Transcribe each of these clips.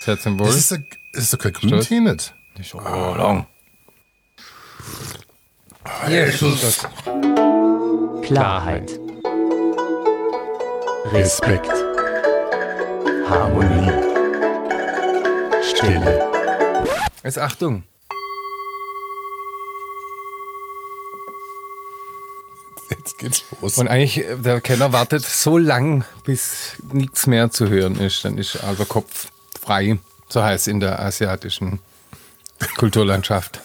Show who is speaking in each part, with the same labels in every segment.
Speaker 1: Sehr zum Wohl.
Speaker 2: Das ist, ein, das ist doch kein Grüntee nicht.
Speaker 1: ist schon lang. Jesus.
Speaker 3: Klarheit. Respekt. Harmonie. Stille.
Speaker 1: Jetzt Achtung.
Speaker 2: Jetzt geht's los.
Speaker 1: Und eigentlich, äh, der Kenner wartet so lang, bis nichts mehr zu hören ist. Dann ist also Kopf frei. So heißt es in der asiatischen Kulturlandschaft.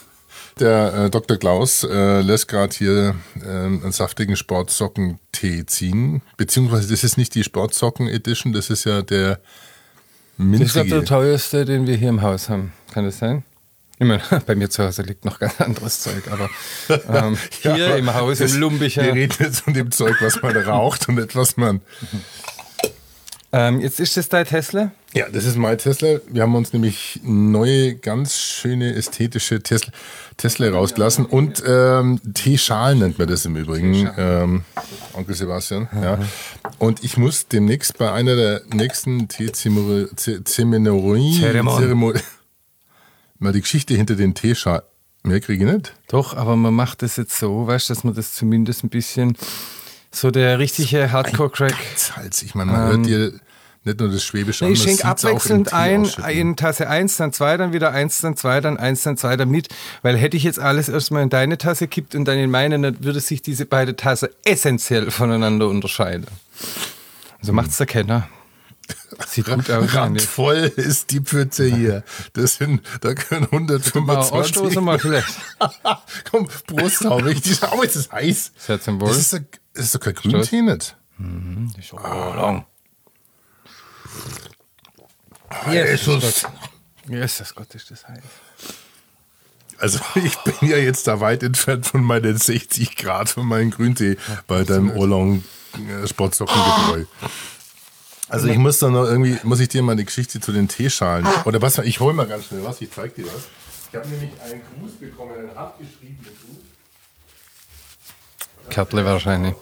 Speaker 2: Der äh, Dr. Klaus äh, lässt gerade hier ähm, einen saftigen Sportsocken-Tee ziehen. Beziehungsweise, das ist nicht die Sportsocken-Edition, das ist ja der
Speaker 1: Das ist glaub, der
Speaker 2: minzige.
Speaker 1: teuerste, den wir hier im Haus haben. Kann das sein? Ich meine, bei mir zu Hause liegt noch ganz anderes Zeug, aber ähm,
Speaker 2: Ja,
Speaker 1: hier im Haus
Speaker 2: das-
Speaker 1: im Lumbicher.
Speaker 2: Wir reden jetzt von dem Zeug, was man raucht und nicht was man.
Speaker 1: Ähm, jetzt ist das dein Tesla.
Speaker 2: Ja, das ist mein Tesla. Wir haben uns nämlich neue, ganz schöne ästhetische Tesla, Tesla rausgelassen. Und ähm, Teeschalen nennt man das im Übrigen. Ähm, Onkel Sebastian. Ja. Und ich muss demnächst bei einer der nächsten
Speaker 1: Zeremonien.
Speaker 2: Teezeremonien mal die Geschichte hinter den Teeschalen. Mehr kriege ich nicht.
Speaker 1: Doch, aber man macht das jetzt so, weißt du, dass man das zumindest ein bisschen so der richtige Hardcore-Crack.
Speaker 2: Salz. Ich meine, man hört dir nicht nur das Schwäbische
Speaker 1: Ich schenke
Speaker 2: man sieht's auch im
Speaker 1: abwechselnd
Speaker 2: Tee
Speaker 1: ein,
Speaker 2: ausschütten.
Speaker 1: in Tasse 1, dann 2, dann wieder 1, dann 2, dann 1, dann 2 damit. Weil hätte ich jetzt alles erstmal in deine Tasse kippt und dann in meine, dann würde sich diese beiden Tassen essentiell voneinander unterscheiden. Also macht's der Kenner. Sieht gut aus. Rand.
Speaker 2: Randvoll ist die Pfütze hier. Das sind, da können
Speaker 1: Mal
Speaker 2: 125.
Speaker 1: ausstoßen, mal schlecht.
Speaker 2: Komm, Prost, hau ich. Die Schau, es ist heiß.
Speaker 1: Sehr zum Wohl.
Speaker 2: Das ist, ein, das ist doch kein Grüntee nicht.
Speaker 1: Oh,
Speaker 2: Jesus.
Speaker 1: Jesus Gott, ist das heiß.
Speaker 2: Also ich bin ja jetzt da weit entfernt von meinen 60 Grad von meinem Grüntee bei deinem Oolong äh,
Speaker 1: Ah.
Speaker 2: Sportsockengebräu. Also ich muss dann noch irgendwie, muss ich dir mal eine Geschichte zu den Teeschalen.
Speaker 1: Ah.
Speaker 2: Oder was, ich hol mal ganz schnell was, ich zeig dir was. Ich habe nämlich einen Gruß bekommen, einen abgeschriebenen Gruß.
Speaker 1: Körble wahrscheinlich.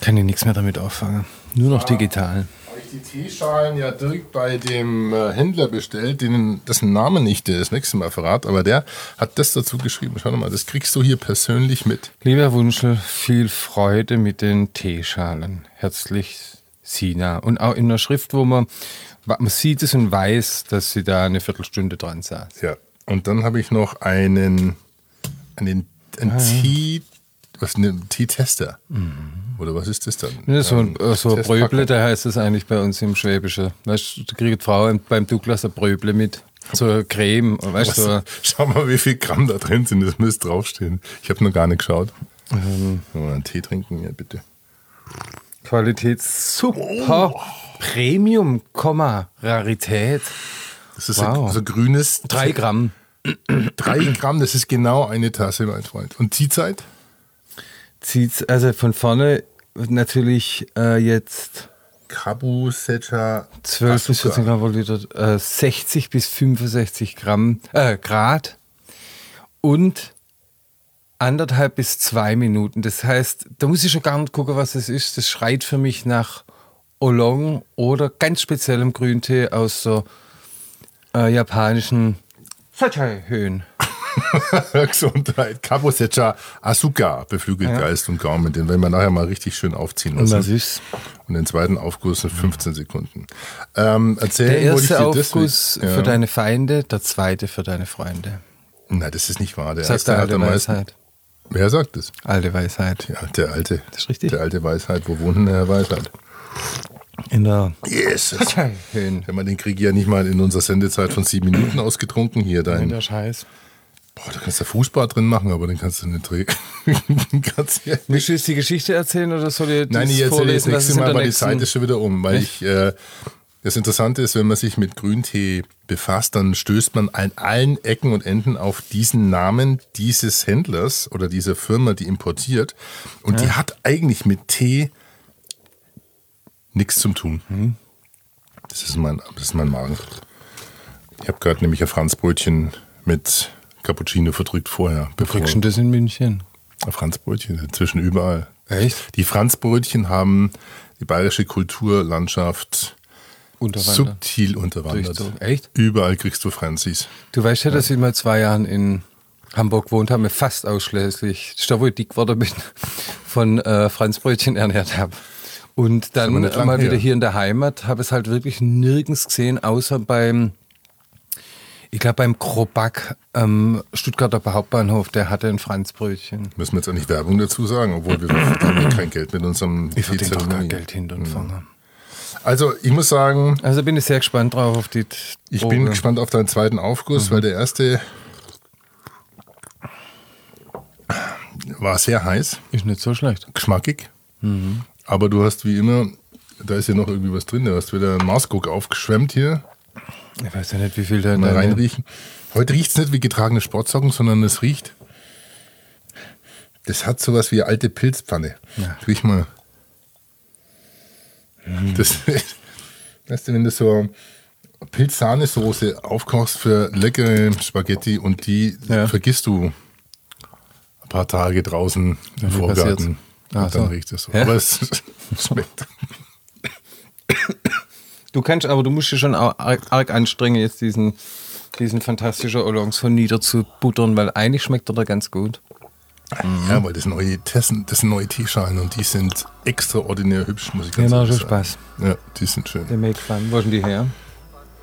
Speaker 1: Kann ich nichts mehr damit auffangen. Nur noch digital.
Speaker 2: Habe ich die Teeschalen ja direkt bei dem äh, Händler bestellt, den, dessen Name ich dir das nächste Mal verrate, aber der hat das dazu geschrieben. Schau doch mal, das kriegst du hier persönlich mit.
Speaker 1: Lieber Wunschel, viel Freude mit den Teeschalen. Herzlich Sina. Und auch in der Schrift, wo man, man sieht es und weiß, dass sie da eine Viertelstunde dran saß.
Speaker 2: Ja. Und dann habe ich noch einen, einen, einen Tee, was, einen Teetester. Oder was ist das dann?
Speaker 1: Ne, so ein,
Speaker 2: Ähm,
Speaker 1: äh, so ein
Speaker 2: Testpacker.
Speaker 1: Bröble, da heißt es eigentlich bei uns im Schwäbischen. Weißt du, da kriegt die Frau im- beim Douglas ein Bröble mit. So eine Creme, weißt du,
Speaker 2: Was,
Speaker 1: so eine-
Speaker 2: schau mal, wie viel Gramm da drin sind. Das müsste draufstehen. Ich habe noch gar nicht geschaut. Mal einen Tee trinken, ja, bitte.
Speaker 1: Qualitäts super Oh. Premium, Komma, Rarität.
Speaker 2: Das ist
Speaker 1: Wow.
Speaker 2: so, so grünes.
Speaker 1: Drei Gramm.
Speaker 2: Drei Gramm, das ist genau eine Tasse, mein Freund. Und Ziehzeit?
Speaker 1: zieht also von vorne natürlich äh, jetzt
Speaker 2: Kabu, Secha,
Speaker 1: 12 bis 14 Gramm pro Liter, äh, 60 bis 65 Gramm äh, Grad und anderthalb bis zwei Minuten. Das heißt, da muss ich schon gar nicht gucken, was es ist. Das schreit für mich nach Oolong oder ganz speziellem Grüntee aus so äh, japanischen Satay-Höhen.
Speaker 2: Gesundheit. Kabu, Secha, Asuka beflügelt Geist und Gaumen. Den werden wir nachher mal richtig schön aufziehen lassen.
Speaker 1: ist?
Speaker 2: Und den zweiten Aufguss in 15 Sekunden. Ähm, erzählen
Speaker 1: Der
Speaker 2: wollte ich
Speaker 1: erste
Speaker 2: dir deswegen-
Speaker 1: Aufguss
Speaker 2: ja.
Speaker 1: für deine Feinde, der zweite für deine Freunde.
Speaker 2: Nein, das ist nicht wahr. Der
Speaker 1: Sagt
Speaker 2: erste
Speaker 1: der
Speaker 2: hat
Speaker 1: alte
Speaker 2: am meisten.
Speaker 1: Weisheit.
Speaker 2: Wer sagt das?
Speaker 1: Alte Weisheit.
Speaker 2: Ja, der alte.
Speaker 1: Das ist richtig.
Speaker 2: Der alte Weisheit. Wo wohnt denn der Weisheit?
Speaker 1: In der
Speaker 2: Jesus.
Speaker 1: Höhen.
Speaker 2: Wenn man den Krieg ja nicht mal in unserer Sendezeit von sieben Minuten ausgetrunken hier, dein
Speaker 1: Scheiß.
Speaker 2: Boah, da kannst du Fußball drin machen, aber dann kannst du nicht drehen. kannst ja nicht.
Speaker 1: Willst du jetzt die Geschichte erzählen oder soll ich
Speaker 2: Nein,
Speaker 1: das
Speaker 2: ich erzähle das
Speaker 1: vorlesen, was
Speaker 2: nächste
Speaker 1: es in
Speaker 2: Mal,
Speaker 1: der
Speaker 2: weil die
Speaker 1: nächsten-
Speaker 2: Zeit ist schon wieder um. Weil ich, äh, das Interessante ist, wenn man sich mit Grüntee befasst, dann stößt man an allen Ecken und Enden auf diesen Namen dieses Händlers oder dieser Firma, die importiert. Und die hat eigentlich mit Tee nichts zu tun. Das, ist mein, das ist mein Magen. Ich habe gerade nämlich ein Franzbrötchen mit Cappuccino verdrückt vorher. Bevor,
Speaker 1: Kriegst du das in München?
Speaker 2: Franzbrötchen, inzwischen überall.
Speaker 1: Echt?
Speaker 2: Die Franzbrötchen haben die bayerische Kulturlandschaft
Speaker 1: Unterwandert.
Speaker 2: Subtil unterwandert.
Speaker 1: Durchzogen. Echt?
Speaker 2: Überall kriegst du Franzis.
Speaker 1: Du weißt ja, dass ich mal zwei Jahren in Hamburg gewohnt habe, mir fast ausschließlich, das ist da, wo ich dick geworden bin, von äh, Franzbrötchen ernährt habe. Und dann
Speaker 2: aber nicht lang
Speaker 1: mal
Speaker 2: her.
Speaker 1: wieder hier in der Heimat habe es halt wirklich nirgends gesehen, außer beim, ich glaube beim Krobak am Stuttgarter Hauptbahnhof, der hatte ein Franzbrötchen.
Speaker 2: Müssen wir jetzt auch nicht Werbung dazu sagen, obwohl wir verdienen kein Geld mit unserem
Speaker 1: Ich verdiene doch gar
Speaker 2: Zellerie.
Speaker 1: Geld hin und fange.
Speaker 2: Also ich muss sagen,
Speaker 1: Also bin ich sehr gespannt drauf auf die
Speaker 2: ich
Speaker 1: Droge.
Speaker 2: bin gespannt auf deinen zweiten
Speaker 1: Mhm.
Speaker 2: Aufguss, weil der erste war sehr heiß,
Speaker 1: Ist nicht so schlecht.
Speaker 2: geschmackig,
Speaker 1: Mhm.
Speaker 2: aber du hast wie immer, da ist ja noch irgendwie was drin, du hast wieder einen Maßguck aufgeschwemmt hier,
Speaker 1: Ich weiß ja nicht, wie viel da in
Speaker 2: mal
Speaker 1: deine-
Speaker 2: reinriechen. Heute riecht es nicht wie getragene Sportsocken, sondern es riecht, das hat sowas wie eine alte Pilzpfanne.
Speaker 1: Ja.
Speaker 2: Riech mal. Das, weißt du, wenn du so Pilz-Sahnesoße aufkochst für leckere Spaghetti und die
Speaker 1: Ja.
Speaker 2: vergisst du ein paar Tage draußen im
Speaker 1: wie
Speaker 2: Vorgarten.
Speaker 1: passiert's? Ah,
Speaker 2: und dann
Speaker 1: so.
Speaker 2: riecht es so.
Speaker 1: Ja.
Speaker 2: Aber es schmeckt.
Speaker 1: Du kannst, aber du musst dich schon au- arg, arg anstrengen, jetzt diesen, diesen fantastischen Olongs von nieder zu buttern, weil eigentlich schmeckt er da ganz gut.
Speaker 2: Ja, weil das neue Tessen, das sind neue Teeschalen und die sind extraordinär hübsch, muss ich ganz
Speaker 1: Genau,
Speaker 2: ehrlich
Speaker 1: schon
Speaker 2: sagen.
Speaker 1: Spaß.
Speaker 2: Ja, die sind schön.
Speaker 1: Der Make Fun. Wo sind die her?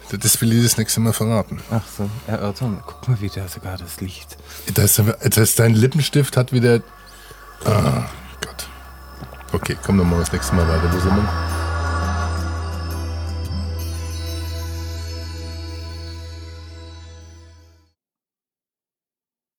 Speaker 2: Das will ich das nächste Mal verraten.
Speaker 1: Ach so, erörtern. Guck mal, wie da sogar das Licht.
Speaker 2: Das, das, dein Lippenstift hat wieder. Ah, Gott. Okay, komm doch mal das nächste Mal weiter. Wo sind wir?